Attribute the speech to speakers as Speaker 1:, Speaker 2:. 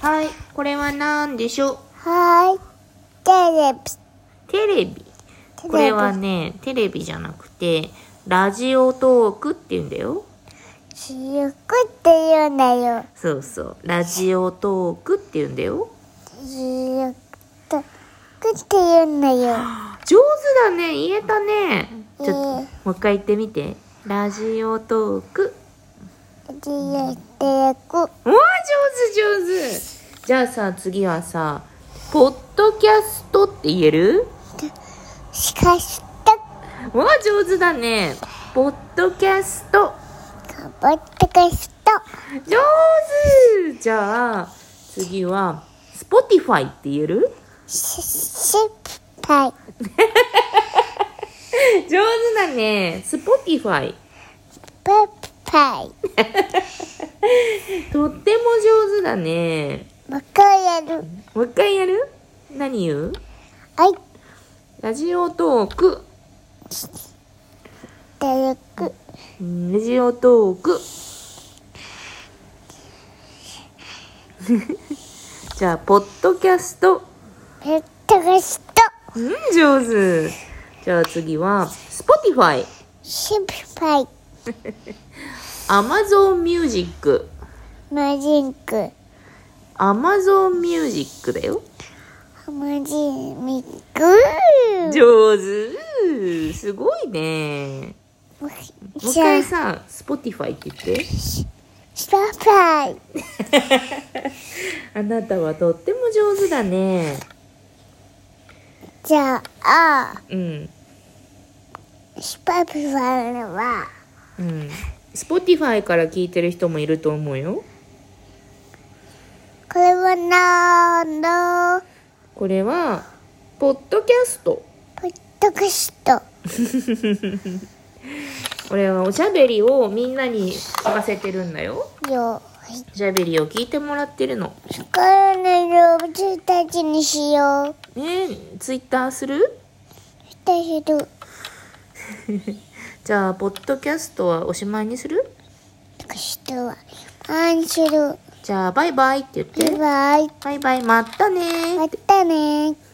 Speaker 1: はい。これは何でしょう
Speaker 2: はい。テ
Speaker 1: テレビ。
Speaker 2: レビ。テレビ
Speaker 1: これはね、テレビじゃなくて、ラジオトークって言うんだよ。
Speaker 2: シュクって言うんだよ。
Speaker 1: そうそう。ラジオトークって言うんだよ。
Speaker 2: シュクって言うんだよ。
Speaker 1: 上手だね。言えたね。ちょっと、
Speaker 2: えー
Speaker 1: もう一回言ってみて。ラジオトーク。
Speaker 2: ジュってく。
Speaker 1: うわ上手上手じゃあさ次はさポッドキャストって言える
Speaker 2: しかした
Speaker 1: うわ上手だねポッドキャスト
Speaker 2: かぼってかした。
Speaker 1: 上手じゃあ次はスポティファイって言える
Speaker 2: し、しっぱい。
Speaker 1: 上手だねスポティファイ
Speaker 2: ぷっぱい。
Speaker 1: とっても上手だね
Speaker 2: もう一回やる。
Speaker 1: もう一回やる何言う
Speaker 2: はい。
Speaker 1: ラジオトーク
Speaker 2: てるく。
Speaker 1: うんラジオトーク じゃあポッドキャスト
Speaker 2: ぺったかした。
Speaker 1: うん上手じゃあ次は Spotify
Speaker 2: しっぱい。
Speaker 1: Amazon Music
Speaker 2: マジンク。
Speaker 1: Amazon Music だよ
Speaker 2: マジミク。
Speaker 1: 上手すごいねもう一
Speaker 2: じゃ
Speaker 1: 回
Speaker 2: あ、
Speaker 1: さ Spotify って言って
Speaker 2: スパパイ。
Speaker 1: あなたはとっても上手だね
Speaker 2: じゃあ、
Speaker 1: うん
Speaker 2: スパパイは、
Speaker 1: うん、Spotify から聞いてる人もいると思うよ
Speaker 2: これはなんだ
Speaker 1: これはポッドキャスト
Speaker 2: ポッドキャスト。
Speaker 1: これはおしゃべりをみんなに聞かせてるんだよ
Speaker 2: よ、
Speaker 1: おしゃべりを聞いてもらってるの
Speaker 2: そこらの動物たちにしよう。
Speaker 1: ねえツイッターする
Speaker 2: だけど、
Speaker 1: じゃあポッドキャストはおしまいにする
Speaker 2: キャストは、アンシル。
Speaker 1: じゃあバイバイって言っ
Speaker 2: バイ
Speaker 1: て
Speaker 2: バイ。
Speaker 1: バイバイまたね
Speaker 2: またね。